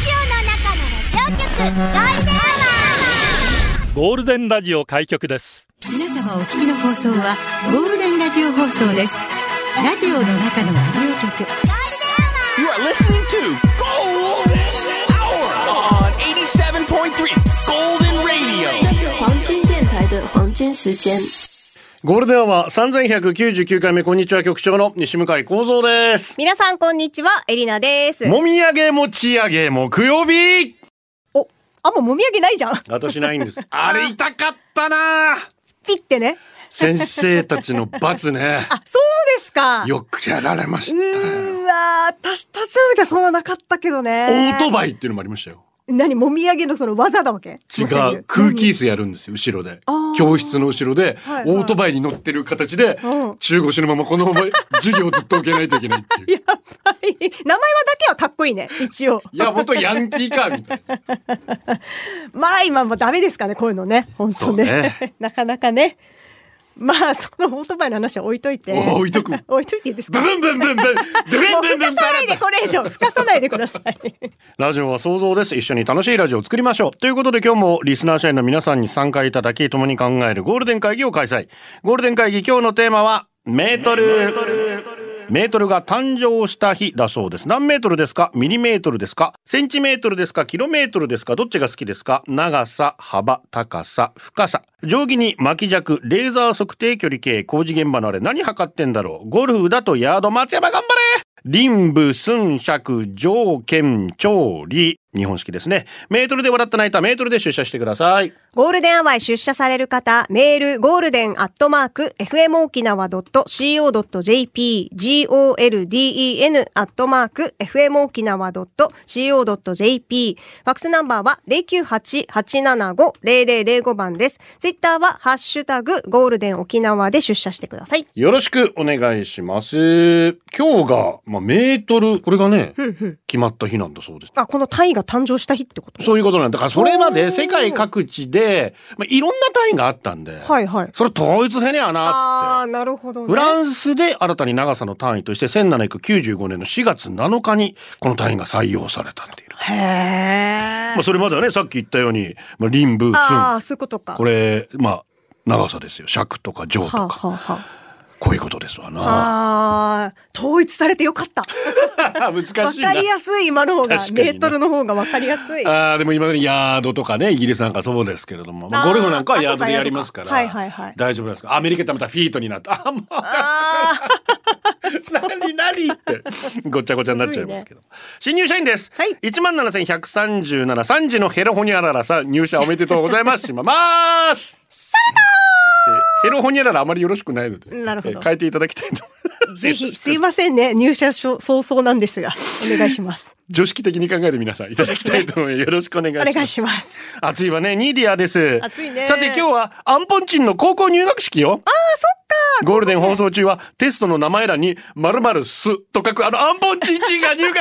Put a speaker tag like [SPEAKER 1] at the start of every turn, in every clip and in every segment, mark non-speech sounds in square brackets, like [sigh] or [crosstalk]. [SPEAKER 1] ラジオの中のラジオ局ゴールデンア
[SPEAKER 2] ゴールデンラジオ開局です
[SPEAKER 3] 皆様お聞きの放送はゴールデンラジオ放送です。ラジオの中のラジオ局。
[SPEAKER 4] You are listening to Golden Hour on 87.3 Golden Radio.
[SPEAKER 5] 这是黄金电台的黄金时间。
[SPEAKER 6] ゴールデンは三千百九十九回目こんにちは局長の西向井光三です。
[SPEAKER 7] 皆さんこんにちはエリナです
[SPEAKER 6] もみあげ持ち上げ木曜日。
[SPEAKER 7] おあもうもみあげないじゃん
[SPEAKER 6] 私ないんです。あれ痛かったな。
[SPEAKER 7] ピッてね
[SPEAKER 6] 先生たちの罰ね。
[SPEAKER 7] あそうですか
[SPEAKER 6] よくやられまし
[SPEAKER 7] うーわー私たちの時はそんななかったけど
[SPEAKER 6] た。オ
[SPEAKER 7] ね
[SPEAKER 6] ートバイっていうのもありましたよ。
[SPEAKER 7] 何もみあげのその技だわけ
[SPEAKER 6] 違う空気椅子やるんですよ後ろで
[SPEAKER 7] あー
[SPEAKER 6] 教室の後ろで
[SPEAKER 7] はいはい
[SPEAKER 6] オートバイに乗ってる形で
[SPEAKER 7] うん
[SPEAKER 6] 中腰のままこのまま授業をずっと受けないといけないっていう
[SPEAKER 7] やばい名前はだけはかっこいいね一応
[SPEAKER 6] いや本当ヤンキーかみたいな
[SPEAKER 7] まあ今もうダメですかねこういうのね本当ね
[SPEAKER 6] そう
[SPEAKER 7] なかなかねまあそのオートバイの話は置いといて
[SPEAKER 6] お置いとく
[SPEAKER 7] 置いといていいです
[SPEAKER 6] ブ
[SPEAKER 7] か
[SPEAKER 6] ンブンブンブンブン
[SPEAKER 7] も
[SPEAKER 6] ブ
[SPEAKER 7] う
[SPEAKER 6] ンブンブンブ
[SPEAKER 7] 吹
[SPEAKER 6] ン
[SPEAKER 7] かさないでこれ以上吹かさないでください
[SPEAKER 6] ラジオは想像です。一緒に楽しいラジオを作りましょう。ということで今日もリスナー社員の皆さんに参加いただき、共に考えるゴールデン会議を開催。ゴールデン会議今日のテーマは、メートル。メートルが誕生した日だそうです。何メートルですかミリメートルですかセンチメートルですかキロメートルですかどっちが好きですか長さ、幅、高さ、深さ。定規に巻き尺、レーザー測定距離計、工事現場のあれ何測ってんだろうゴルフだとヤード、松山頑張れ林部、寸尺、条件、調理。日本式ですね。メートルで笑った泣いたメートルで出社してください。
[SPEAKER 7] ゴールデンアワーへ出社される方、メール、ゴールデンアットマーク、fmokinawa.co.jp、golden アットマーク、fmokinawa.co.jp、ファックスナンバーは098-875-0005番です。ツイッターは、ハッシュタグ、ゴールデン沖縄で出社してください。
[SPEAKER 6] よろしくお願いします。今日が、まあ、メートル、これがね、
[SPEAKER 7] ふんふん。
[SPEAKER 6] 決まった日なんだそうです。
[SPEAKER 7] あ、この単位が誕生した日ってこと
[SPEAKER 6] そういうことなんだ。だからそれま
[SPEAKER 7] お
[SPEAKER 6] で
[SPEAKER 7] ー
[SPEAKER 6] 世界各地で、まあ、いろんな単位があったんで、
[SPEAKER 7] はいはい。
[SPEAKER 6] それ統一せねやな、
[SPEAKER 7] あ
[SPEAKER 6] つっ
[SPEAKER 7] ー、なるほど
[SPEAKER 6] て。フ
[SPEAKER 7] ね。
[SPEAKER 6] ランスで新たに長さの単位として1795年の4月7日にこの単位が採用されたっていう。
[SPEAKER 7] へー。
[SPEAKER 6] まあそれまではね、さっき言ったように、まあ、林部、寸
[SPEAKER 7] あー、そういうことか。
[SPEAKER 6] これまあ長さですよ尺とか丈と
[SPEAKER 7] はあ、
[SPEAKER 6] か
[SPEAKER 7] はあはあ
[SPEAKER 6] こういうことですわな
[SPEAKER 7] あー統一されてよかった。
[SPEAKER 6] [laughs] 難しいな
[SPEAKER 7] わかりやすい今の方
[SPEAKER 6] 確
[SPEAKER 7] が、
[SPEAKER 6] かにね
[SPEAKER 7] メートルの方がわかりやすい。
[SPEAKER 6] あーでも今までヤードとかねイギリスなんかそうですけれども、まあ
[SPEAKER 7] あー
[SPEAKER 6] ゴルフなんかはヤード
[SPEAKER 7] あそうか
[SPEAKER 6] でやりますから
[SPEAKER 7] ヤードかはいはいはい
[SPEAKER 6] 大丈夫なんですかアメリカってまたフィートになってあもう
[SPEAKER 7] あ
[SPEAKER 6] 何何ってごちゃごちゃになっちゃいますけど、新入社員です、
[SPEAKER 7] はい
[SPEAKER 6] 1万7137三時のヘロホニャララさん入社おめでとうございますしまますえヘロホニャララあまりよろしくないので
[SPEAKER 7] なるほど
[SPEAKER 6] え変えていただきたいと思い
[SPEAKER 7] ー
[SPEAKER 6] ます
[SPEAKER 7] ぜひ、すいませんね。入社早々なんですが、お願いします。
[SPEAKER 6] 常識的に考えて皆さんいただきたいと思います。よろしくお願いし
[SPEAKER 7] お
[SPEAKER 6] ます。
[SPEAKER 7] 願いします。
[SPEAKER 6] 暑いわね、ニーディアです。
[SPEAKER 7] 暑いね
[SPEAKER 6] さて今日はアンポンチンの高校入学式よ。ああ、そっか。ゴールデン放送中はテストの名前欄に〇〇すと書くあのアンポンチンチンが
[SPEAKER 7] [laughs]
[SPEAKER 6] 入学。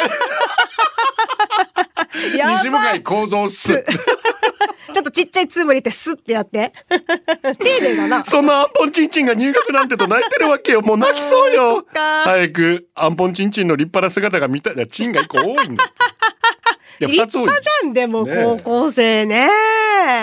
[SPEAKER 7] や
[SPEAKER 6] 西
[SPEAKER 7] ば
[SPEAKER 6] 向井
[SPEAKER 7] い。
[SPEAKER 6] 構造す。
[SPEAKER 7] ちょっとちっちゃいツーム入れて、スッてや
[SPEAKER 6] [laughs]
[SPEAKER 7] って。丁寧だな。
[SPEAKER 6] そのアンポンチンチンが入学なんてと泣いてるわけよ。もう泣きそう
[SPEAKER 7] [laughs]
[SPEAKER 6] よ。
[SPEAKER 7] か
[SPEAKER 6] 早くアンポンチンチンの立派な姿が見たい。いやチンが一個多
[SPEAKER 7] [laughs]
[SPEAKER 6] いんだって。い
[SPEAKER 7] 立
[SPEAKER 6] や、二つ多い。
[SPEAKER 7] 派じゃん、でも、
[SPEAKER 6] ねえ
[SPEAKER 7] 高校生ね。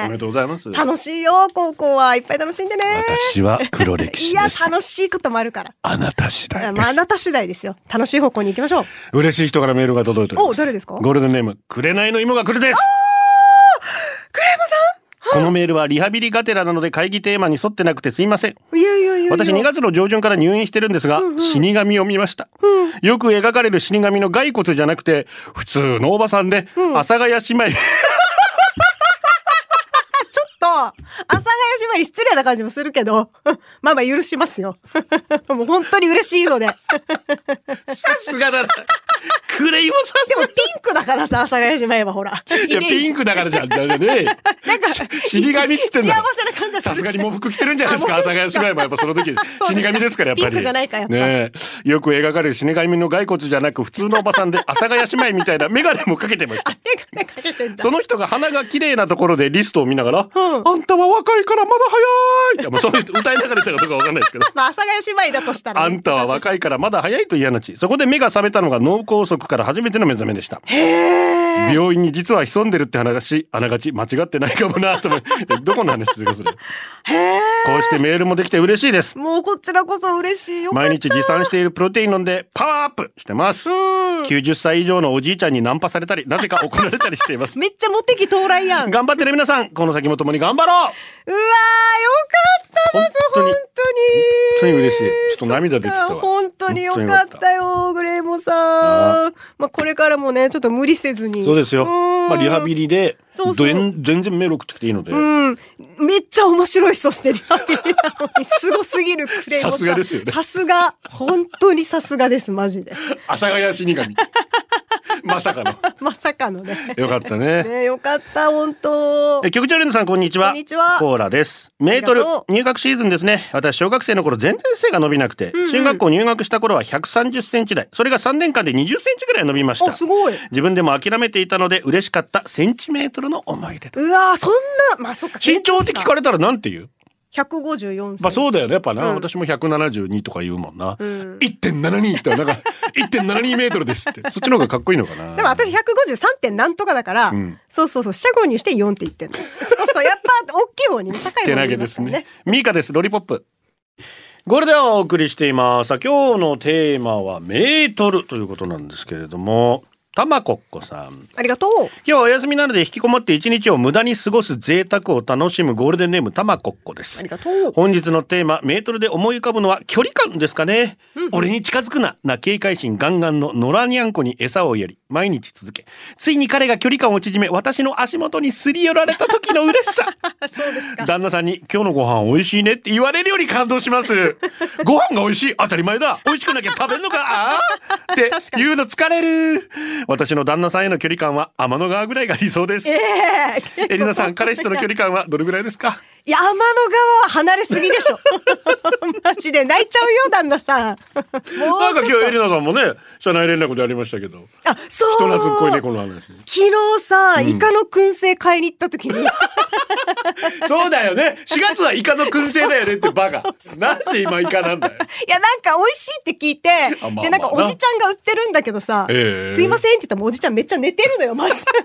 [SPEAKER 6] おめでとうございます。
[SPEAKER 7] 楽しいよ、高校は。いっぱい楽しんでね。
[SPEAKER 6] 私は黒歴
[SPEAKER 7] い
[SPEAKER 6] 史
[SPEAKER 7] や、
[SPEAKER 6] です。
[SPEAKER 7] 楽しいこともあるから。
[SPEAKER 6] あなた次
[SPEAKER 7] あ
[SPEAKER 6] 第で
[SPEAKER 7] まあ、あ
[SPEAKER 6] す。
[SPEAKER 7] なた次第ですよ。楽しい方向に行きましょう。
[SPEAKER 6] 嬉しい人からメールが届いております。
[SPEAKER 7] お誰ですか
[SPEAKER 6] ゴールデンネーム、紅の芋がくれです。クレームさんこのメールはリハビリがてらなので会議テーマに沿ってなくてすいません。
[SPEAKER 7] いやいやいやいや
[SPEAKER 6] 私2月の上旬から入院してるんですが、死神を見ました、よく描かれる死神の骸骨じゃなくて、普通のおばさんで、阿佐ヶ谷姉妹。 [laughs]
[SPEAKER 7] ちょっと、阿佐ヶ谷姉妹に失礼な感じもするけど、 [laughs] まあまあ許しますよ。 [laughs] もう本当に嬉しい
[SPEAKER 6] [laughs]
[SPEAKER 7] ので。でも
[SPEAKER 6] さすがだな。クレイもさすが
[SPEAKER 7] ピ。ンクだからさ、阿佐ヶ谷姉妹はほら。
[SPEAKER 6] いや、ピン
[SPEAKER 7] ク
[SPEAKER 6] クだからじゃん。だよね。
[SPEAKER 7] なんか、
[SPEAKER 6] 死神っつってん
[SPEAKER 7] 幸せ
[SPEAKER 6] だ
[SPEAKER 7] な
[SPEAKER 6] ろ
[SPEAKER 7] 感じは
[SPEAKER 6] さすがに
[SPEAKER 7] も
[SPEAKER 6] 喪服着てるんじゃないですか阿
[SPEAKER 7] あ喪
[SPEAKER 6] 佐
[SPEAKER 7] 服
[SPEAKER 6] ヶ谷姉妹もやっぱその時
[SPEAKER 7] [laughs] そうですか
[SPEAKER 6] 死神ですからやっぱり
[SPEAKER 7] ピンクじゃないかやっぱ
[SPEAKER 6] ねえよく描かれる死神の骸骨じゃなく普通のおばさんで阿佐ヶ谷姉妹みたいな眼鏡もかけてました
[SPEAKER 7] う。手がかけてんだ。
[SPEAKER 6] その人が鼻が綺麗なところでリストを見ながら、
[SPEAKER 7] うん
[SPEAKER 6] あんたは若いからまだ早いいやもうそういう歌いながら言ったかどうかわかんないですけど
[SPEAKER 7] まあ、阿佐ヶ谷姉妹だとしたら。
[SPEAKER 6] あんたは若いからまだ早いと嫌なちそこで目が覚めたのが脳梗塞から初めての目覚めでした病院に実は潜んでるって話あながち間違ってないかもなと思いどこの話ですかそれこうしてメールもできて嬉しいです
[SPEAKER 7] もうこちらこそ嬉しいよ。
[SPEAKER 6] 毎日持参しているプロテイン飲んでパワーアップしてます90歳以上のおじいちゃんにナンパされたりなぜか怒られたりしています [laughs]
[SPEAKER 7] めっちゃモテ期到来やん。うわ
[SPEAKER 6] 頑張ってね皆さんこの先も共に頑張ろう
[SPEAKER 7] ー、よかったです、
[SPEAKER 6] 本当
[SPEAKER 7] 本
[SPEAKER 6] に
[SPEAKER 7] 当に。
[SPEAKER 6] 本当に嬉しいちょっと涙出てきたわ
[SPEAKER 7] そっか本当によ
[SPEAKER 6] 本当に
[SPEAKER 7] か
[SPEAKER 6] よかっ
[SPEAKER 7] ったたよ、グレイモさん。まあ、これからもね、ちょっと無理せずに。
[SPEAKER 6] そうですよ
[SPEAKER 7] うん
[SPEAKER 6] まあリハビリで
[SPEAKER 7] そうそう
[SPEAKER 6] どん全然メール送ってきていいので
[SPEAKER 7] うん。めっちゃ面白い人してる。すごすぎるクレイモさん。
[SPEAKER 6] さすがですよね
[SPEAKER 7] さすが。本当にさすがです、マジで。 [laughs]
[SPEAKER 6] 阿佐ヶ谷死神まさかの
[SPEAKER 7] まさかのね。
[SPEAKER 6] よかったね
[SPEAKER 7] ね、よかった、本当。
[SPEAKER 6] え局長連ンさんこんにちは
[SPEAKER 7] こんにちは
[SPEAKER 6] コーラですメートル
[SPEAKER 7] ありがと
[SPEAKER 6] 入学シーズンですね私小学生の頃全然背が伸びなくて、
[SPEAKER 7] んうん
[SPEAKER 6] 中学校入学した頃は130センチ台それが3年間で20センチぐらい伸びまし
[SPEAKER 7] お、
[SPEAKER 6] た
[SPEAKER 7] すごい。
[SPEAKER 6] 自分でも諦めていたので嬉しかったセンチメートルの思い出だ
[SPEAKER 7] うわーそんな、まあ、そっか。
[SPEAKER 6] 身長って聞かれたらなんて言う
[SPEAKER 7] 154歳。
[SPEAKER 6] まあそうだよねやっぱな、
[SPEAKER 7] うん
[SPEAKER 6] 私も172とか言うもんな、
[SPEAKER 7] うん。
[SPEAKER 6] 1.72ってなんか1.72メートルですってそっちの方がかっこいいのかな
[SPEAKER 7] でも私153点なんとかだから、
[SPEAKER 6] うん
[SPEAKER 7] そうそうそう、四捨五入して4って言ってんの。そうそう、やっぱ大きい方にね、高い
[SPEAKER 6] 手
[SPEAKER 7] 方
[SPEAKER 6] 投
[SPEAKER 7] に
[SPEAKER 6] げ
[SPEAKER 7] い
[SPEAKER 6] で
[SPEAKER 7] ますすから
[SPEAKER 6] ね。ミーカです。ロリポップ。これではお送りしています。さあ今日のテーマはメートルということなんですけれども、たまこっこさん。
[SPEAKER 7] ありがとう。
[SPEAKER 6] 今日お休みなので引きこもって一日を無駄に過ごす贅沢を楽しむゴールデンネームたまこっこで
[SPEAKER 7] あ
[SPEAKER 6] す
[SPEAKER 7] り。がとう。
[SPEAKER 6] 本日のテーマ、メートルで思い浮かぶのは距離感ですかね。
[SPEAKER 7] うん
[SPEAKER 6] 俺に近づくな、な警戒心ガンガンの野良にゃんこに餌をやり、毎日続け、ついに彼が距離感を縮め、私の足元にすり寄られた時の嬉しさ。
[SPEAKER 7] [laughs] そうですか。
[SPEAKER 6] 旦那さんに「今日のご飯美味しいね」って言われるより感動し
[SPEAKER 7] [laughs]
[SPEAKER 6] ますご飯が美味しい当たり前だ美味しくなきゃ食べんのかあーって
[SPEAKER 7] 確かに
[SPEAKER 6] 言うの疲れる私の旦那さんへの距離感は天の川ぐらいが理想です
[SPEAKER 7] え
[SPEAKER 6] え
[SPEAKER 7] え
[SPEAKER 6] りなさん彼氏との距離感はどれぐらいですか
[SPEAKER 7] 山の川は離れすぎでしょ。 [laughs] マジで泣いちゃうよ、旦那さん。もう
[SPEAKER 6] なんか
[SPEAKER 7] ち
[SPEAKER 6] 今
[SPEAKER 7] ょっ
[SPEAKER 6] 日
[SPEAKER 7] と
[SPEAKER 6] エリナさんもね社内連絡でありましたけど
[SPEAKER 7] あ、そう。
[SPEAKER 6] 人懐っこい猫の話
[SPEAKER 7] 昨日さ、
[SPEAKER 6] ん
[SPEAKER 7] イカの燻製買いに行った時に、
[SPEAKER 6] [laughs] そうだよね4月はイカの燻製だよねってバカなんで今イカなんだよ
[SPEAKER 7] いや、なんか美味しいって聞いて
[SPEAKER 6] [laughs] あまあまあ、
[SPEAKER 7] で、なんかおじちゃんが売ってるんだけどさ、
[SPEAKER 6] ええ
[SPEAKER 7] すいませんって言ったらもうおじちゃんめっちゃ寝てるのよ、まず。 [laughs] で、ね、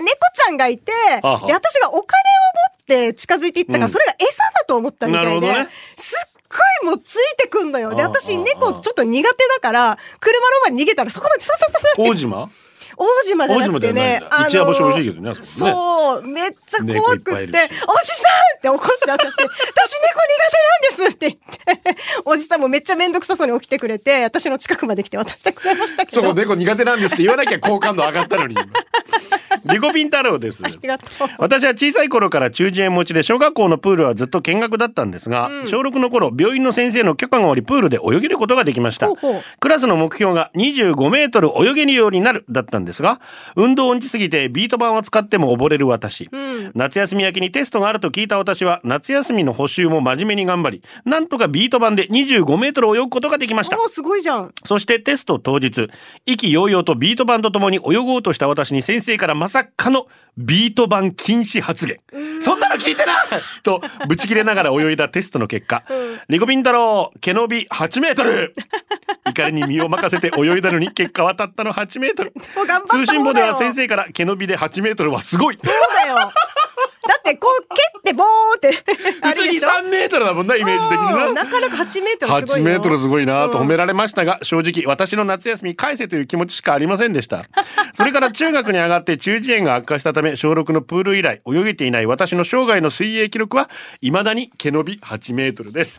[SPEAKER 7] 猫ちゃんがいて、で、
[SPEAKER 6] は
[SPEAKER 7] 私がお金を持って近づいていったか
[SPEAKER 6] う
[SPEAKER 7] ら、
[SPEAKER 6] ん
[SPEAKER 7] それが餌だと思ったみたいで、
[SPEAKER 6] なるほどね
[SPEAKER 7] すっごいもうついてくんのよ。で、
[SPEAKER 6] ああ
[SPEAKER 7] 私
[SPEAKER 6] ああ
[SPEAKER 7] 猫ちょっと苦手だから、車の前に逃げたらそこまでささささって、
[SPEAKER 6] 大島
[SPEAKER 7] 王子までなくてね
[SPEAKER 6] 王子まではないんだ、一夜干し美味しいけどねあそこね
[SPEAKER 7] そう、めっちゃ怖
[SPEAKER 6] 猫
[SPEAKER 7] く
[SPEAKER 6] い
[SPEAKER 7] っ
[SPEAKER 6] っぱ
[SPEAKER 7] て、お
[SPEAKER 6] い
[SPEAKER 7] じ
[SPEAKER 6] い
[SPEAKER 7] さん
[SPEAKER 6] るし
[SPEAKER 7] って起こして私、私猫苦手なんですって言って、おじさんもめっちゃめんどくさそうに起きてくれて、私の近くまで来て渡してくれましたけ
[SPEAKER 6] [laughs] そ
[SPEAKER 7] ど。
[SPEAKER 6] こ猫苦手なんですって言わなきゃ好感度上がったのに。 [laughs] リコピン太郎です。
[SPEAKER 7] ありがとう。
[SPEAKER 6] 私は小さい頃から中耳炎持ちで小学校のプールはずっと見学だったんですが、
[SPEAKER 7] うん
[SPEAKER 6] 小6の頃病院の先生の許可がおりプールで泳げることができました
[SPEAKER 7] ほうほう
[SPEAKER 6] クラスの目標が25メートル泳げるようになるだったんですが運動音痴すぎてビート板を使っても溺れる私、
[SPEAKER 7] うん。
[SPEAKER 6] 夏休み明けにテストがあると聞いた私は夏休みの補習も真面目に頑張りなんとかビート板で25メートル泳ぐことができました
[SPEAKER 7] おーすごいじゃん。
[SPEAKER 6] そしてテスト当日、意気揚々とビート板と共に泳ごうとした私に先生からまさかのビート板禁止発言。そんなの聞い
[SPEAKER 7] [laughs]
[SPEAKER 6] てないと、ぶち切れながら泳いだテストの結果、リコピン太郎、毛伸び8メートル怒りに身を任せて泳いだのに結果はたったの8メートル。
[SPEAKER 7] もう頑張った
[SPEAKER 6] 通信簿では先
[SPEAKER 7] 生。
[SPEAKER 6] 生から毛伸びで8メートルはすごい。
[SPEAKER 7] そうだよ。だってこう蹴ってボーってあ
[SPEAKER 6] [laughs] 普通
[SPEAKER 7] れ
[SPEAKER 6] に
[SPEAKER 7] でしょ。
[SPEAKER 6] 3メートルだもんな、イメージ的に
[SPEAKER 7] う。
[SPEAKER 6] なん
[SPEAKER 7] なかなか8メートルすご
[SPEAKER 6] 8
[SPEAKER 7] いよ。
[SPEAKER 6] メートルすごいなと
[SPEAKER 7] う
[SPEAKER 6] 褒
[SPEAKER 7] ん
[SPEAKER 6] められましたが、正直私の夏休み返せという気持ちしかありませんで
[SPEAKER 7] [laughs]
[SPEAKER 6] した。それから中学に上がって中耳炎が悪化したため、小6のプール以来泳げていない私の生涯の水泳記録は未だに毛伸び8メートル
[SPEAKER 7] [laughs]
[SPEAKER 6] です。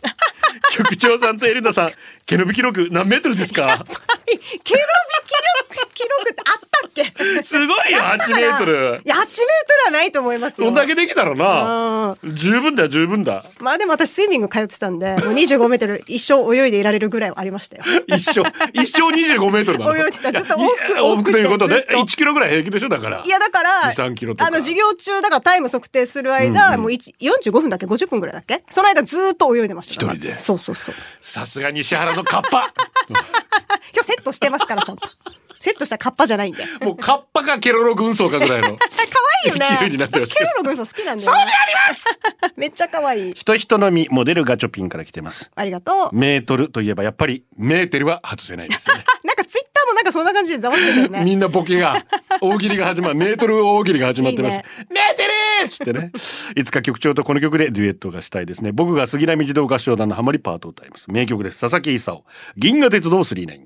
[SPEAKER 6] 局長さんとエリナさん、毛伸び記録何メートルですか
[SPEAKER 7] ケロビ記録、記録ってあったっけ ?8
[SPEAKER 6] すごいよ、8メートル
[SPEAKER 7] い。や、8メートルはないと思いますよ。
[SPEAKER 6] そんだけできたらな。
[SPEAKER 7] うん。
[SPEAKER 6] 十分だよ、十分だ。
[SPEAKER 7] まあでも私スイミング通ってたんで、もう25メートル一生泳いでいられるぐらいはありましたよ。
[SPEAKER 6] [laughs] 一生、一生25メートルなの。
[SPEAKER 7] 泳いでたずっと往復
[SPEAKER 6] いや往復ということ
[SPEAKER 7] 往
[SPEAKER 6] で
[SPEAKER 7] 復してずっ、と
[SPEAKER 6] 1キロぐらい平気でしょ、だから。
[SPEAKER 7] いやだから、
[SPEAKER 6] 2 3キロとか
[SPEAKER 7] あの授業中、だからタイム測定する間、
[SPEAKER 6] うんうん
[SPEAKER 7] もう1 45分だっけ ?50 分ぐらいだっけその間ずーっと泳いでましたから。
[SPEAKER 6] 一人で
[SPEAKER 7] そうそうそう。
[SPEAKER 6] さすが西原のカッパ。 [laughs]
[SPEAKER 7] 今日セットしてますから、ちゃんと。セットしたカッパじゃない
[SPEAKER 6] [laughs]
[SPEAKER 7] んで。
[SPEAKER 6] もうカッパかケロロ軍曹かぐらいの
[SPEAKER 7] 可愛いよね。
[SPEAKER 6] 勢いになってます
[SPEAKER 7] 私ケロロ軍曹好きなんだよ、ね。そうであります [laughs] めっちゃ可愛い。
[SPEAKER 6] 人人のみモデルガチョピンから来てます
[SPEAKER 7] ありがとう。
[SPEAKER 6] メートルといえばやっぱりメーテルは外せないですよね
[SPEAKER 7] なんかツイッターもなんかそんな感じでざわついてるね。
[SPEAKER 6] みんなボケが大喜利が始まるメートル大喜利が始まってます
[SPEAKER 7] いいね
[SPEAKER 6] メーテルっつってねいつか局長とこの曲でデュエットがしたいですね僕が杉並児童合唱団のハマりパートを歌います名曲です佐々木功銀河鉄道39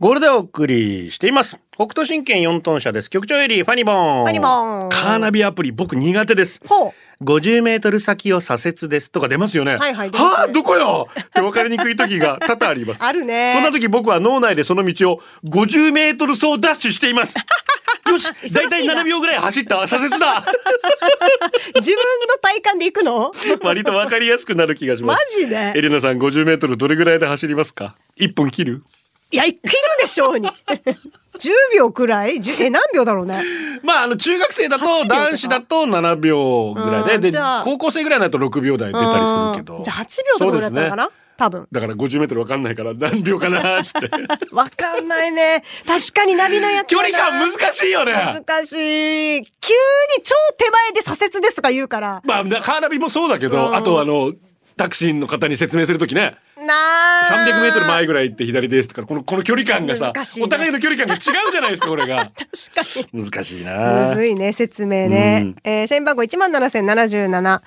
[SPEAKER 6] ゴールデンをお送りしています北斗神拳4トン車です局長よりファニボーン
[SPEAKER 7] ファニボーン
[SPEAKER 6] カーナビアプリ僕苦手です
[SPEAKER 7] ほう。
[SPEAKER 6] 50メートル先を左折ですとか出ますよね。
[SPEAKER 7] はいはい出ますね
[SPEAKER 6] はあ、どこよって分かりにくい時
[SPEAKER 7] [laughs]
[SPEAKER 6] が多々あります。
[SPEAKER 7] あるね
[SPEAKER 6] そんな時僕は脳内でその道を50メートル走ダッシュしてい
[SPEAKER 7] [laughs]
[SPEAKER 6] ます。よし、だいたい7秒ぐらい走った左折
[SPEAKER 7] [laughs]
[SPEAKER 6] だ
[SPEAKER 7] 自分の体感で行くの
[SPEAKER 6] 割と分かりやすくなる気がしま
[SPEAKER 7] マ
[SPEAKER 6] す。
[SPEAKER 7] ジ
[SPEAKER 6] エ
[SPEAKER 7] で
[SPEAKER 6] レナさん50メートルどれぐらいで走りますか ?1 分切る
[SPEAKER 7] いや、切るでしょ
[SPEAKER 6] [laughs]
[SPEAKER 7] うに。10秒くらいじゅえ、何秒だろうね。
[SPEAKER 6] まあ、あの、中学生だ
[SPEAKER 7] 8秒
[SPEAKER 6] と
[SPEAKER 7] とか
[SPEAKER 6] 男子だと7秒ぐらい
[SPEAKER 7] うん
[SPEAKER 6] で、で、
[SPEAKER 7] じゃあ
[SPEAKER 6] 高校生ぐらいになると6秒台出たりするけ
[SPEAKER 7] う
[SPEAKER 6] ど
[SPEAKER 7] ん。じゃあ8秒とかぐらいだったのかな、
[SPEAKER 6] そうですね
[SPEAKER 7] 多分。
[SPEAKER 6] だから50メートル分かんないから何秒かなっつって。 [laughs]
[SPEAKER 7] わかんないね。確かにナビのやつ
[SPEAKER 6] 距
[SPEAKER 7] だな
[SPEAKER 6] 離感難しいよね。
[SPEAKER 7] 難しい。急に超手前で左折ですとか言うから。
[SPEAKER 6] まあ、カーナビもそうだけど、あとあの、タクシーの方に説明するときね、
[SPEAKER 7] なあ。
[SPEAKER 6] 300メートル前ぐらい行って左ですとか、この、この距離感がさ、
[SPEAKER 7] 難しいね
[SPEAKER 6] お互いの距離感が違うじゃないですか、これが。
[SPEAKER 7] 確かに。
[SPEAKER 6] 難しい
[SPEAKER 7] む
[SPEAKER 6] な
[SPEAKER 7] ずいね、説明ね。
[SPEAKER 6] うん
[SPEAKER 7] えー社員番号17,077。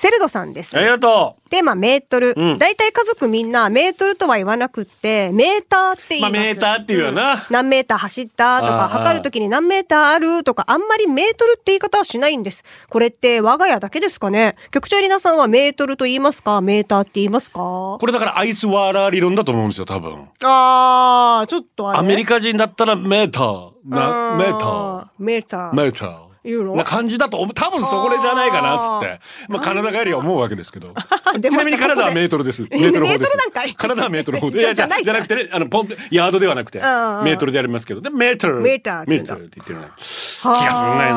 [SPEAKER 7] セルドさんです
[SPEAKER 6] あ。りがと
[SPEAKER 7] テーマメートル。
[SPEAKER 6] うん
[SPEAKER 7] 大体家族みんなメートルとは言わなくって、メーターって言います。
[SPEAKER 6] まあメーターって言うよな
[SPEAKER 7] うん何メーター走ったと
[SPEAKER 6] ああ
[SPEAKER 7] か、測るときに何メーターあるとか、あんまりメートルって言い方はしないんです。これって我が家だけですかね局長エリナさんはメートルと言いますかメーターって言いますか
[SPEAKER 6] う。これだからアイスワーラー理論だと思うんですよ、多分。
[SPEAKER 7] あー、ちょっとあれ。
[SPEAKER 6] アメリカ人だったらメーター、な、メーター、
[SPEAKER 7] ー。メーター。
[SPEAKER 6] メーター。
[SPEAKER 7] 言うの
[SPEAKER 6] な
[SPEAKER 7] [laughs]
[SPEAKER 6] 感じだと思う多分そこでじゃないかなっつってまあカナダ帰りは思うわけですけど
[SPEAKER 7] 出
[SPEAKER 6] ちな
[SPEAKER 7] ました
[SPEAKER 6] みにカナダはメートルです
[SPEAKER 7] ここで
[SPEAKER 6] 法です
[SPEAKER 7] [laughs] メートルなんかい
[SPEAKER 6] カナダはメートル法でい
[SPEAKER 7] [laughs] じゃ
[SPEAKER 6] やじゃ
[SPEAKER 7] じゃない
[SPEAKER 6] じゃなくてねあのポンヤードではなくてメ
[SPEAKER 7] んうん
[SPEAKER 6] ートルでやりますけどでメートル
[SPEAKER 7] メーターって
[SPEAKER 6] メ
[SPEAKER 7] 言
[SPEAKER 6] ー
[SPEAKER 7] うんだ
[SPEAKER 6] トルって言ってるね
[SPEAKER 7] はあ
[SPEAKER 6] 気がするんだけど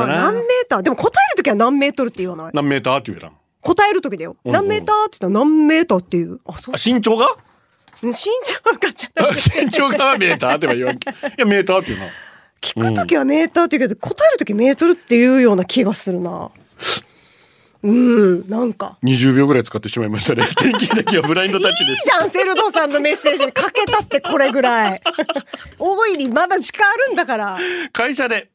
[SPEAKER 6] な
[SPEAKER 7] 何メーターでも答えるときは何メートルって言わない
[SPEAKER 6] 何メーターって言うやん
[SPEAKER 7] 答えるときだよ。
[SPEAKER 6] うん
[SPEAKER 7] 何メーターって言ったら何メーターっていう。あ、そう
[SPEAKER 6] あ。身長が
[SPEAKER 7] 身長がじゃなく
[SPEAKER 6] [laughs]
[SPEAKER 7] て
[SPEAKER 6] 身長がメーターっては言わんけいやメーターっていうな
[SPEAKER 7] 聞くときはメーターって言うけど、答えるときメートルっていうような気がするな。うん、なんか。
[SPEAKER 6] 20秒ぐらい使ってしまいました
[SPEAKER 7] [laughs]
[SPEAKER 6] ね天気だけはブラインドタッチ
[SPEAKER 7] いい
[SPEAKER 6] です
[SPEAKER 7] じゃん、セルドさんのメッセージにかけたってこれぐらい。大いにまだ時間あるんだから。
[SPEAKER 6] 会社で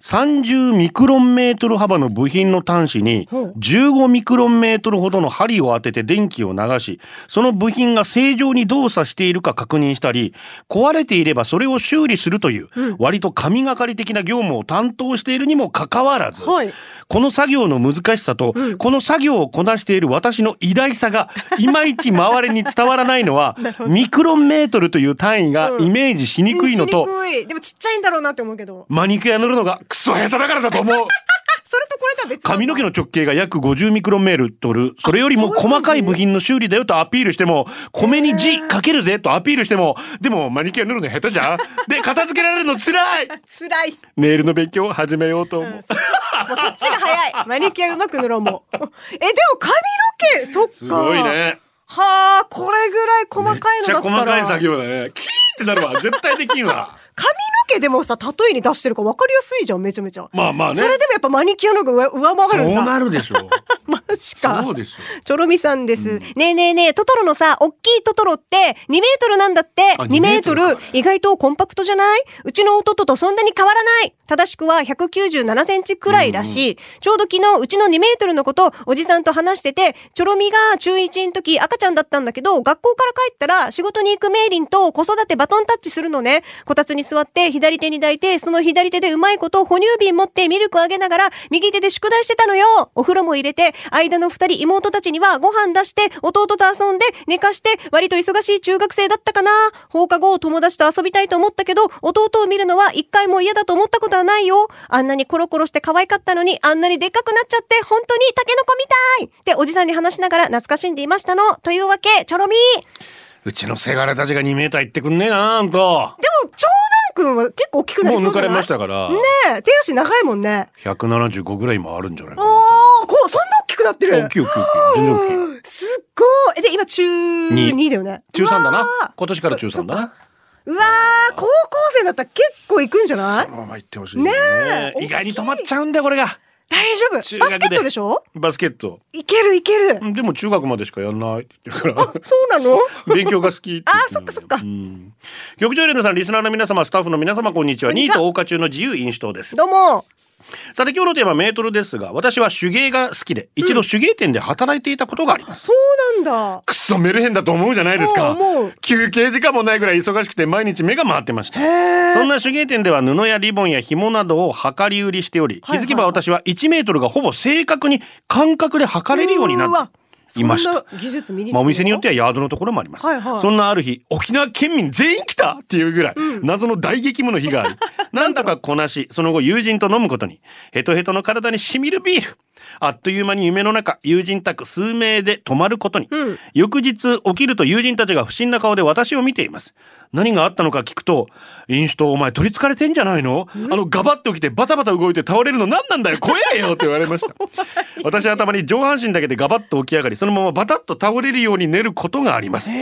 [SPEAKER 6] 30ミクロンメートル幅の部品の端子に
[SPEAKER 7] うん
[SPEAKER 6] 15ミクロンメートルほどの針を当てて電気を流しその部品が正常に動作しているか確認したり壊れていればそれを修理するという割と神がかり的な業務を担当しているにもかかわらず、
[SPEAKER 7] はい
[SPEAKER 6] この作業の難しさと、この作業をこなしている私の偉大さがいまいち周りに伝わら [laughs] ないのはミクロンメートルという単位がイメージしにくいのと、
[SPEAKER 7] しにくい。でもちっちゃいんだろうなって思うけど。
[SPEAKER 6] マニキュア塗るのがクソ下手だからだと思う
[SPEAKER 7] それとこれとは別なんだ
[SPEAKER 6] 髪の毛の直径が約50ミクロンメートルそれよりも
[SPEAKER 7] そういう感じ
[SPEAKER 6] 細かい部品の修理だよとアピールしても米に字かけるぜとアピールしてもでもマニキュア塗るの下手じゃんで片付けられるのつらい
[SPEAKER 7] 辛い。
[SPEAKER 6] ネイルの勉強を始めようと思う、
[SPEAKER 7] うんそっちもうそっちが早い。マニキュアうまく塗ろうもう。え、でも髪の毛、そっか。
[SPEAKER 6] すごい。ね
[SPEAKER 7] はあ、これぐらい細かい
[SPEAKER 6] めっち
[SPEAKER 7] のだ
[SPEAKER 6] ゃ
[SPEAKER 7] ったら。
[SPEAKER 6] 細かい作
[SPEAKER 7] 髪の
[SPEAKER 6] 業だねキーってなるわ絶対できんわ
[SPEAKER 7] 毛でもさ、例えに出してるから分かりやすいじゃん、めちゃめちゃ。
[SPEAKER 6] まあまあね
[SPEAKER 7] それでもやっぱマニキュアの方が上上回る
[SPEAKER 6] そうん
[SPEAKER 7] だ。
[SPEAKER 6] なるでしょう
[SPEAKER 7] [laughs] マジか。
[SPEAKER 6] そうですよ
[SPEAKER 7] チョロミさんです。ねえねえねえ、トトロのさ、おっきいトトロって2メートルなんだって。
[SPEAKER 6] あ
[SPEAKER 7] 2メートル
[SPEAKER 6] 2メートルか
[SPEAKER 7] 意外とコンパクトじゃないうちの弟とそんなに変わらない。正しくは197センチくらいらしい。ちょうど昨日、うちの2メートルの子とおじさんと話してて、チョロミが中1の時赤ちゃんだったんだけど、学校から帰ったら仕事に行くメイリンと子育てバトンタッチするのね。こたつに座って左手に抱いて、その左手でうまいこと哺乳瓶持ってミルクあげながら、右手で宿題してたのよお風呂も入れて、間の二人妹たちにはご飯出して、弟と遊んで、寝かして、割と忙しい中学生だったかな放課後、友達と遊びたいと思ったけど、弟を見るのは一回も嫌だと思ったことはないよあんなにコロコロして可愛かったのに、あんなにでっかくなっちゃって、本当にタケノコみたいっておじさんに話しながら懐かしんでいましたの。というわけ、チョロミー
[SPEAKER 6] うちのせがれたちが2メーター行ってくんねえなあんた
[SPEAKER 7] でも、長男くんは結構大きくなり
[SPEAKER 6] もう抜か
[SPEAKER 7] そうじゃない
[SPEAKER 6] れましたから、
[SPEAKER 7] ねえ、手足長いもんね。
[SPEAKER 6] 175ぐらい今あるんじゃないかな
[SPEAKER 7] おー、こう、そんな大きくなってる。
[SPEAKER 6] 大きい大きい大きい全然大きい
[SPEAKER 7] うんすっごい。えで、今中
[SPEAKER 6] に
[SPEAKER 7] 2だよね。
[SPEAKER 6] 中3だ
[SPEAKER 7] う
[SPEAKER 6] な
[SPEAKER 7] わー
[SPEAKER 6] 今年から中3だな
[SPEAKER 7] うわー、高校生だったら結構行くんじゃない
[SPEAKER 6] そのまま行ってほしいね
[SPEAKER 7] ねえ
[SPEAKER 6] 意外に止まっちゃうんだよこれが
[SPEAKER 7] 大丈夫バス
[SPEAKER 6] 中
[SPEAKER 7] ケ
[SPEAKER 6] 学で
[SPEAKER 7] ットでしょ
[SPEAKER 6] バスケット
[SPEAKER 7] いけるいける。
[SPEAKER 6] でも中学までしかやんないって言ってるか [laughs]
[SPEAKER 7] あ、そうなの
[SPEAKER 6] ら勉強が好きて言てる
[SPEAKER 7] あそっかそっか
[SPEAKER 6] うん局長エレナさんリスナーの皆様スタッフの皆様こんにちは
[SPEAKER 7] こん
[SPEAKER 6] ニ
[SPEAKER 7] に
[SPEAKER 6] ー
[SPEAKER 7] ちは
[SPEAKER 6] ト謳歌中の自由民主党です
[SPEAKER 7] どうも。
[SPEAKER 6] さて今日のテーマメートルですが私は手芸が好きで一度手芸店で働いていたことがあります、
[SPEAKER 7] そうなんだ。
[SPEAKER 6] くっそメルヘンだと思うじゃないですか
[SPEAKER 7] もう思う
[SPEAKER 6] 休憩時間もないぐらい忙しくて毎日目が回ってました
[SPEAKER 7] へ
[SPEAKER 6] そんな手芸店では布やリボンや紐などを量り売りしており、
[SPEAKER 7] はいは
[SPEAKER 6] 気
[SPEAKER 7] い
[SPEAKER 6] づけば私は1メートルがほぼ正確に感覚で測れるようになっていました
[SPEAKER 7] そんな技術身につけ
[SPEAKER 6] まあ、お店によって
[SPEAKER 7] は。
[SPEAKER 6] はヤードのところもあります、
[SPEAKER 7] はいはい
[SPEAKER 6] そんなある日沖縄県民全員来たっていうぐらい、謎の大激務の日があ [laughs] りなんとかこなしその後友人と飲むことにヘトヘトの体にしみるビールあっという間に夢の中友人宅数名で泊まることに、
[SPEAKER 7] うん
[SPEAKER 6] 翌日起きると友人たちが不審な顔で私を見ています何があったのか聞くと「飲酒とお前取りつかれてんじゃないのあのガバッと起きてバタバタ動いて倒れるの何なんだよ怖えよ」って言われま [laughs] した私はたまに上半身だけでガバッと起き上がりそのままバタッと倒れるように寝ることがありますハ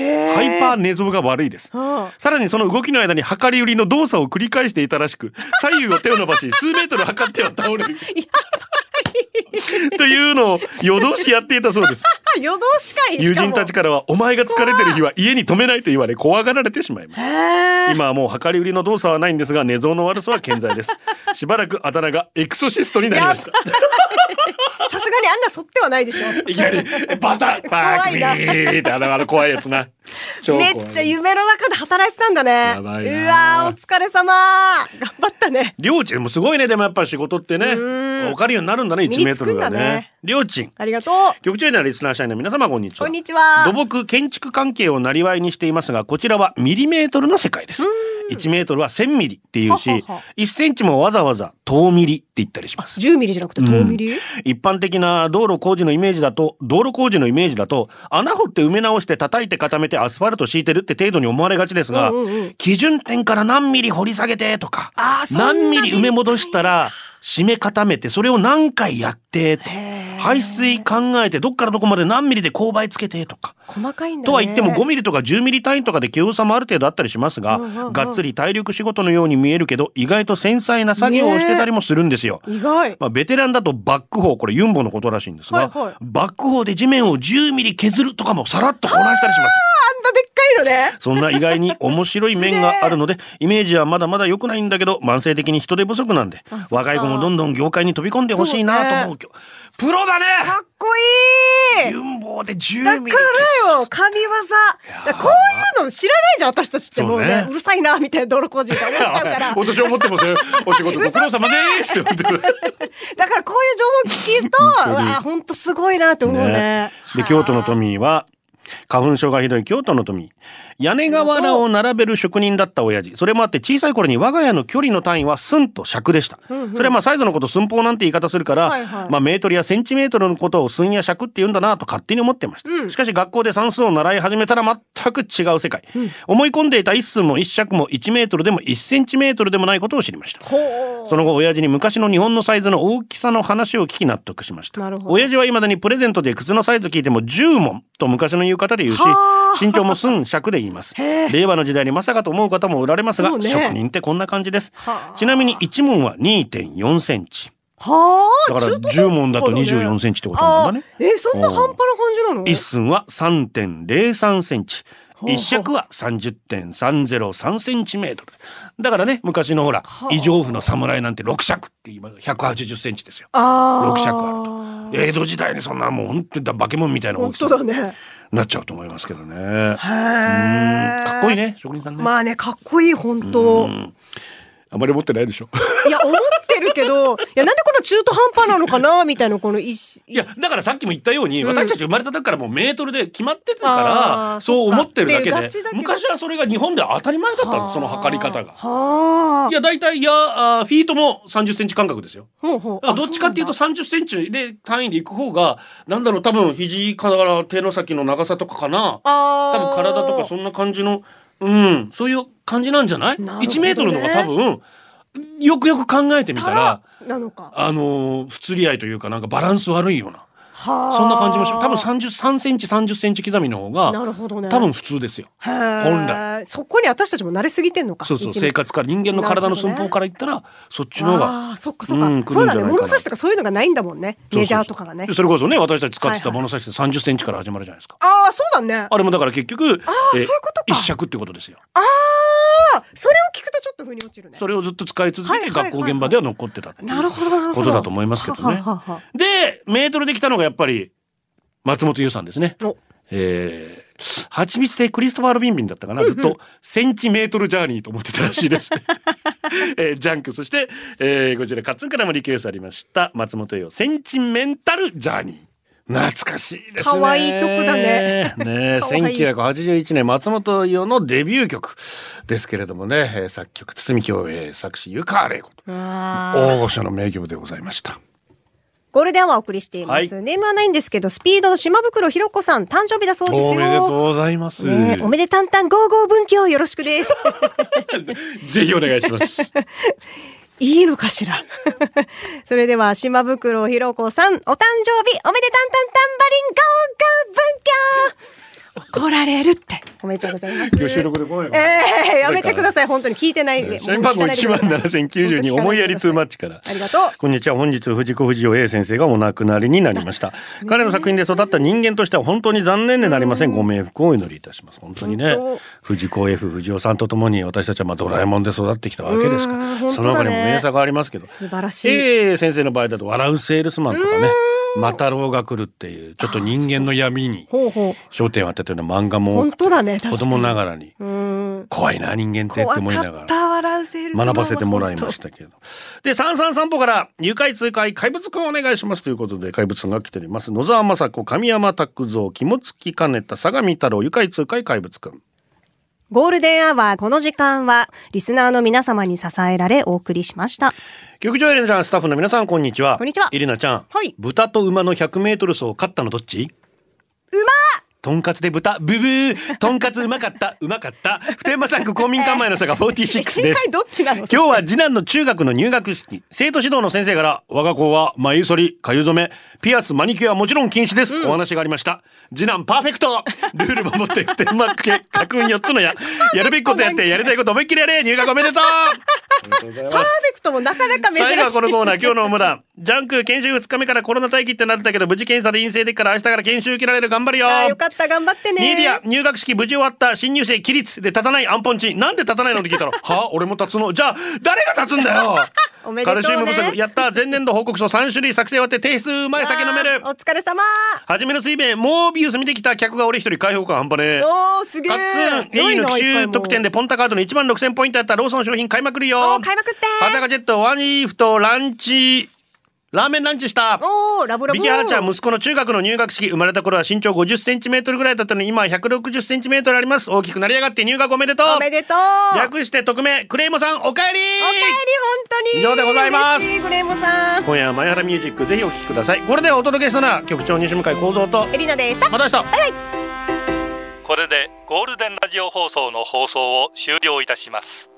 [SPEAKER 6] イパー寝相が悪いです
[SPEAKER 7] は
[SPEAKER 6] さらにその動きの間に量り売りの動作を繰り返していたらしく左右を手を伸ば
[SPEAKER 7] [laughs]
[SPEAKER 6] し数メートル測っては倒れるというのを夜通しやっていたそうです
[SPEAKER 7] あ、夜通しかい
[SPEAKER 6] 友人たち。からは「お前が疲れてる日は家に泊めない」と言われ怖がられてしまいました今はもう量り売りの動作はないんですが寝相の悪さは健在ですしばらくあだ名がエクソシストになりました
[SPEAKER 7] さすがにあんなそってはないでしょ。
[SPEAKER 6] いきなりバタッバーク
[SPEAKER 7] 怖い
[SPEAKER 6] ビ
[SPEAKER 7] な
[SPEAKER 6] ーってあのあの怖いやつな超怖
[SPEAKER 7] め
[SPEAKER 6] い
[SPEAKER 7] っちゃ夢の中で働いてたんだね。
[SPEAKER 6] やばいな
[SPEAKER 7] うわー、お疲れ様。頑張ったね。
[SPEAKER 6] りょうちんもすごいねでもやっぱ仕事ってね
[SPEAKER 7] うん
[SPEAKER 6] わかるようになるんだね1
[SPEAKER 7] 身
[SPEAKER 6] メ
[SPEAKER 7] に
[SPEAKER 6] ー
[SPEAKER 7] つ
[SPEAKER 6] ト
[SPEAKER 7] く
[SPEAKER 6] ル
[SPEAKER 7] ん
[SPEAKER 6] が
[SPEAKER 7] だね
[SPEAKER 6] ねりょうちん
[SPEAKER 7] ありがとう。
[SPEAKER 6] 局長やなリスナー社員の皆様こんにちは
[SPEAKER 7] こんにちは。
[SPEAKER 6] 土木建築関係をなりわいにしていますがこちらはミリメートルの世界です1メートルは1000ミリっていうし
[SPEAKER 7] ははは
[SPEAKER 6] 1センチもわざわざ等ミリって言ったりします
[SPEAKER 7] 10ミリじゃなくて10ミリ、
[SPEAKER 6] 一般的な道路工事のイメージだと道路工事のイメージだと穴掘って埋め直して叩いて固めてアスファルト敷いてるって程度に思われがちですが、
[SPEAKER 7] うんうんうん
[SPEAKER 6] 基準点から何ミリ掘り下げてとか
[SPEAKER 7] あーそんな
[SPEAKER 6] 何ミリ埋め戻したら締め固めてそれを何回やってと
[SPEAKER 7] へー
[SPEAKER 6] 排水考えてどっからどこまで何ミリで勾配つけてとか
[SPEAKER 7] 細かいんだね。
[SPEAKER 6] とは言っても5ミリとか10ミリ単位とかで器用さもある程度あったりしますが、
[SPEAKER 7] うんうんうん
[SPEAKER 6] がっつり体力仕事のように見えるけど意外と繊細な作業をしてたりもするんですよ。
[SPEAKER 7] 意外。
[SPEAKER 6] まあ、ベテランだとバックホーこれユンボのことらしいんですが、
[SPEAKER 7] はいはい
[SPEAKER 6] バックホーで地面を10ミリ削るとかもさらっとこなしたりします。
[SPEAKER 7] あんなでっかいのね。
[SPEAKER 6] そんな意外に面白い面があるので、イメージはまだまだ良くないんだけど、慢性的に人手不足なんで
[SPEAKER 7] あそっ、か
[SPEAKER 6] 若い子もどんどん業界に飛び込んでほしいなと思う。プロだね
[SPEAKER 7] かっこいい
[SPEAKER 6] ユンボで
[SPEAKER 7] だ
[SPEAKER 6] 10
[SPEAKER 7] か
[SPEAKER 6] ミリ削る。
[SPEAKER 7] らよ神業だからこういうの知らないじゃん私たちってもうねう
[SPEAKER 6] そうね
[SPEAKER 7] るさいなみたいな道路工事みたいな思っち [laughs] ゃうから
[SPEAKER 6] 私 [laughs] は思ってますよ。お仕事ご苦労様ですって言って
[SPEAKER 7] だからこういう情報聞くとうわほんとすごいなって思うね
[SPEAKER 6] ねで、京都のトミーは、花粉症がひどい京都のトミー。屋根瓦を並べる職人だった親父。それもあって小さい頃に我が家の距離の単位は寸と尺でした。
[SPEAKER 7] うんうん
[SPEAKER 6] それはまあサイズのこと寸法なんて言い方するから、
[SPEAKER 7] はいはい
[SPEAKER 6] まあメートルやセンチメートルのことを寸や尺って言うんだなと勝手に思ってました。
[SPEAKER 7] うん
[SPEAKER 6] しかし学校で算数を習い始めたら全く違う世界。思い込んでいた一寸も一尺も1メートルでも1センチメートルでもないことを知りました。
[SPEAKER 7] ほ
[SPEAKER 6] その後親父に昔の日本のサイズの大きさの話を聞き納得しました
[SPEAKER 7] なるほど
[SPEAKER 6] 親父は未だにプレゼントで靴のサイズ聞いても10問と昔の言う方で言うし
[SPEAKER 7] はあ
[SPEAKER 6] 身長も寸尺で言います
[SPEAKER 7] へえ
[SPEAKER 6] 令和の時代にまさかと思う方もおられますが、
[SPEAKER 7] そうね
[SPEAKER 6] 職人ってこんな感じです
[SPEAKER 7] はあ
[SPEAKER 6] ちなみに1問は2.4センチ
[SPEAKER 7] うはあ
[SPEAKER 6] だから
[SPEAKER 7] ずっと
[SPEAKER 6] 10問だと24センチってことなんだね
[SPEAKER 7] えそんな半端な感じなの
[SPEAKER 6] 一寸は3.03センチ
[SPEAKER 7] ほうほう
[SPEAKER 6] 一尺は30.303センチメートルだからね昔のほら
[SPEAKER 7] はあ
[SPEAKER 6] 異常夫の侍なんて6尺って今180センチですよ
[SPEAKER 7] あ
[SPEAKER 6] 六
[SPEAKER 7] ー
[SPEAKER 6] 尺あ江戸時代にそんなもう本当に化け物みたいな大
[SPEAKER 7] 本
[SPEAKER 6] きさ
[SPEAKER 7] 当だね
[SPEAKER 6] になっちゃうと思いますけどね
[SPEAKER 7] へ
[SPEAKER 6] うん
[SPEAKER 7] え
[SPEAKER 6] かっこいいね職人さんね、
[SPEAKER 7] まあねかっこいい本
[SPEAKER 6] う
[SPEAKER 7] 当
[SPEAKER 6] んあまり持ってないで
[SPEAKER 7] [laughs]
[SPEAKER 6] しょ
[SPEAKER 7] いや思ってるけどいやなんでこんな中途半端なのかなみたいなこの一し
[SPEAKER 6] いやだからさっきも言ったように、
[SPEAKER 7] うん
[SPEAKER 6] 私たち生まれた時からもうメートルで決まってたか
[SPEAKER 7] あ
[SPEAKER 6] ら
[SPEAKER 7] ー
[SPEAKER 6] そう思ってるだけで
[SPEAKER 7] そっかでガチだけど
[SPEAKER 6] 昔はそれが日本では当たり前だった
[SPEAKER 7] は
[SPEAKER 6] の
[SPEAKER 7] あ
[SPEAKER 6] その測り方が。
[SPEAKER 7] はいあ。
[SPEAKER 6] や大体いやあーフィートも30センチ間隔ですよ。
[SPEAKER 7] ほうほう
[SPEAKER 6] あどっちかっていうと、30センチで単位でいく方がなんだろう多分肘から手の先の長さとかかな。
[SPEAKER 7] 多
[SPEAKER 6] 多分体とかそんな感じのうんそういう感じなんじゃない
[SPEAKER 7] なるほどね
[SPEAKER 6] ?1 メートルのが多分よくよく考えてみたら
[SPEAKER 7] なのか。
[SPEAKER 6] あのー不釣り合いというかなんかバランス悪いような
[SPEAKER 7] はあ
[SPEAKER 6] そんな感じもし多分33センチ30センチ刻みの方
[SPEAKER 7] な
[SPEAKER 6] が
[SPEAKER 7] るほどね
[SPEAKER 6] 多分普通ですよ。
[SPEAKER 7] 本
[SPEAKER 6] 本来
[SPEAKER 7] そこに私たちも慣れすぎてんのか
[SPEAKER 6] そうそう
[SPEAKER 7] 一
[SPEAKER 6] 生
[SPEAKER 7] 部
[SPEAKER 6] 活から人間の体の寸法から言ったらそっちの方が
[SPEAKER 7] あーそっかそっか、
[SPEAKER 6] うん来るんじ
[SPEAKER 7] そう
[SPEAKER 6] ゃな
[SPEAKER 7] だ
[SPEAKER 6] いか
[SPEAKER 7] ね
[SPEAKER 6] な
[SPEAKER 7] 物差しとかそういうのがないんだもんねメジャーとかがね
[SPEAKER 6] それこそね私たち使って
[SPEAKER 7] は
[SPEAKER 6] た
[SPEAKER 7] いはい
[SPEAKER 6] 物差しで30センチから始まるじゃないですか。
[SPEAKER 7] ああそうだね
[SPEAKER 6] あれもだから結局
[SPEAKER 7] あーそういうことか
[SPEAKER 6] 一尺ってことですよ。
[SPEAKER 7] ああそれを聞くとちょっと腑に落ちるね
[SPEAKER 6] それをずっと使い続
[SPEAKER 7] はい
[SPEAKER 6] けて
[SPEAKER 7] はいはいは
[SPEAKER 6] 学
[SPEAKER 7] い
[SPEAKER 6] 校現場では残ってたっていう
[SPEAKER 7] なるほどなるほど
[SPEAKER 6] ことだと思いますけどね
[SPEAKER 7] はははは
[SPEAKER 6] でメートルできたのがやっぱり松本優さんですね
[SPEAKER 7] お。
[SPEAKER 6] えー、蜂蜜亭クリストファー・ロビンビンだったかな、ずっとセンチメートルジャーニーと思ってたらしい
[SPEAKER 7] [laughs]
[SPEAKER 6] です、えージャンクそして、えーこちらカッツンからもリクエストありました松本優センチメンタルジャーニー懐かしいですね
[SPEAKER 7] 可愛い曲だね
[SPEAKER 6] ねえ
[SPEAKER 7] [laughs] 可愛い
[SPEAKER 6] 1981年松本伊代のデビュー曲ですけれどもね、えー作曲堤恭平作詞湯川玲子と
[SPEAKER 7] あー
[SPEAKER 6] 大御所の名曲でございました
[SPEAKER 7] ゴールデンはお送りしています、ネームはないんですけどスピードの島袋ひろ子さん誕生日だそうですよ
[SPEAKER 6] おめでとうございます、
[SPEAKER 7] ねえおめでたんたんゴーゴー文教よろし
[SPEAKER 6] [laughs]
[SPEAKER 7] くです
[SPEAKER 6] ぜひお願いします。
[SPEAKER 7] いいのかしら [laughs] それでは島袋ひろ子さんお誕生日おめでたんたんたんタンバリンゴーゴー文教怒られるっておめでとうございます
[SPEAKER 6] 今日収録で来ないの
[SPEAKER 7] ええやめてください本当に聞いてないんで
[SPEAKER 6] 社員番号一万七千九十に思いやりトゥーマッチから。
[SPEAKER 7] ありがとう
[SPEAKER 6] こんにちは本日藤子不二雄 A 先生がお亡くなりになりました、彼の作品で育った人間としては本当に残念でなりません、ご冥福をお祈りいたします本当にね
[SPEAKER 7] 本当
[SPEAKER 6] 藤子 F 不二雄さんとともに私たちはまあドラえもんで育ってきたわけですか
[SPEAKER 7] うん
[SPEAKER 6] ら、
[SPEAKER 7] 本
[SPEAKER 6] そ
[SPEAKER 7] 当だね
[SPEAKER 6] の中にも名作ありますけど
[SPEAKER 7] 素晴らしい、
[SPEAKER 6] A 先生の場合だと「笑うセールスマン」とかね「マタロウが来る」っていうちょっと人間の闇に
[SPEAKER 7] ほうほう
[SPEAKER 6] 焦点を当てたような漫画も
[SPEAKER 7] 本当だね確かに
[SPEAKER 6] 子供ながらに
[SPEAKER 7] うーん
[SPEAKER 6] 怖いな人間ってって
[SPEAKER 7] 怖
[SPEAKER 6] 思いな
[SPEAKER 7] か
[SPEAKER 6] が
[SPEAKER 7] っ
[SPEAKER 6] ら
[SPEAKER 7] た笑うセールスマン
[SPEAKER 6] 学
[SPEAKER 7] は
[SPEAKER 6] ばせてもらいまし
[SPEAKER 7] 本
[SPEAKER 6] たけどで「三三散歩」から「誘拐痛快怪物くんお願いします」ということで怪物さんが来ております野沢雅子神山拓三肝付兼太相模太郎誘拐痛快怪物くん
[SPEAKER 7] 当ゴールデンアワーこの時間はリスナーの皆様に支えられお送りしました
[SPEAKER 6] 局長エレナちゃんスタッフの皆さんこんにちは
[SPEAKER 7] こんにちは
[SPEAKER 6] エレナちゃん、
[SPEAKER 7] はい
[SPEAKER 6] 豚と馬の 100m 走勝ったのどっち
[SPEAKER 7] 馬
[SPEAKER 6] とんかつで豚ブブーとんかつうまかったうまかった普天間産区公民館前の坂46
[SPEAKER 7] 一
[SPEAKER 6] です
[SPEAKER 7] 体どっちな [laughs] の
[SPEAKER 6] 今日は次男の中学の入学式生徒指導の先生から我が子は眉剃りかゆ染めピアスマニキュアはもちろん禁止です、お話がありました次男パーフェクトルール守って不天満家家訓4つの
[SPEAKER 7] [laughs]
[SPEAKER 6] ややるべきことやってやりたいこと思いっきりやれ入学おめでとう
[SPEAKER 7] パーフェクトもなかな [laughs] か珍しい
[SPEAKER 6] 最後はこのコーナー今日のオムランジャンク研修2日目からコロナ待機ってなってたけど無事検査で陰性できから明日から研修受けられる頑張るよ
[SPEAKER 7] あーよかった頑張ってね
[SPEAKER 6] ニーディア入学式無事終わった新入生起立で立たないアンポンチンなんで立たないのって聞い
[SPEAKER 7] [laughs]
[SPEAKER 6] たらはあ俺も立つのじゃあ誰が立つんだよ
[SPEAKER 7] おめでと
[SPEAKER 6] カル
[SPEAKER 7] うね
[SPEAKER 6] シウム不足やった前年度報告書3種類作成終わって提出前酒飲める
[SPEAKER 7] わーお疲れ様
[SPEAKER 6] はじめの水面モービウス見てきた客が俺一人開放感半端ねえ
[SPEAKER 7] おーすげ
[SPEAKER 6] カッ
[SPEAKER 7] ー
[SPEAKER 6] ツン A の奇
[SPEAKER 7] 良いな一回
[SPEAKER 6] 襲
[SPEAKER 7] も
[SPEAKER 6] 得点でポンタカードの1万6000ポイントやったローソン商品買いまくる
[SPEAKER 7] お
[SPEAKER 6] よ
[SPEAKER 7] ー買いまくって
[SPEAKER 6] 裸ジェットワニーフとランチラーメンランチした
[SPEAKER 7] おーラブラブ
[SPEAKER 6] ビキハラちゃん息子の中学の入学式生まれた頃は身長50センチメートルぐらいだったのに今は160センチメートルあります大きくなりやがって入学おめでとう
[SPEAKER 7] おめでとうおかえり
[SPEAKER 6] 略して匿名クレイモさんおかえり
[SPEAKER 7] 本当
[SPEAKER 6] 以
[SPEAKER 7] に
[SPEAKER 6] 上でございます
[SPEAKER 7] 嬉しいグレーモさん
[SPEAKER 6] 今夜は前原ミュージックぜひお聴きくださいこれではお届けしたのは局長西向井光三と
[SPEAKER 7] エリナでした
[SPEAKER 6] また明日
[SPEAKER 2] これでゴールデンラジオ放送の放送を終了いたします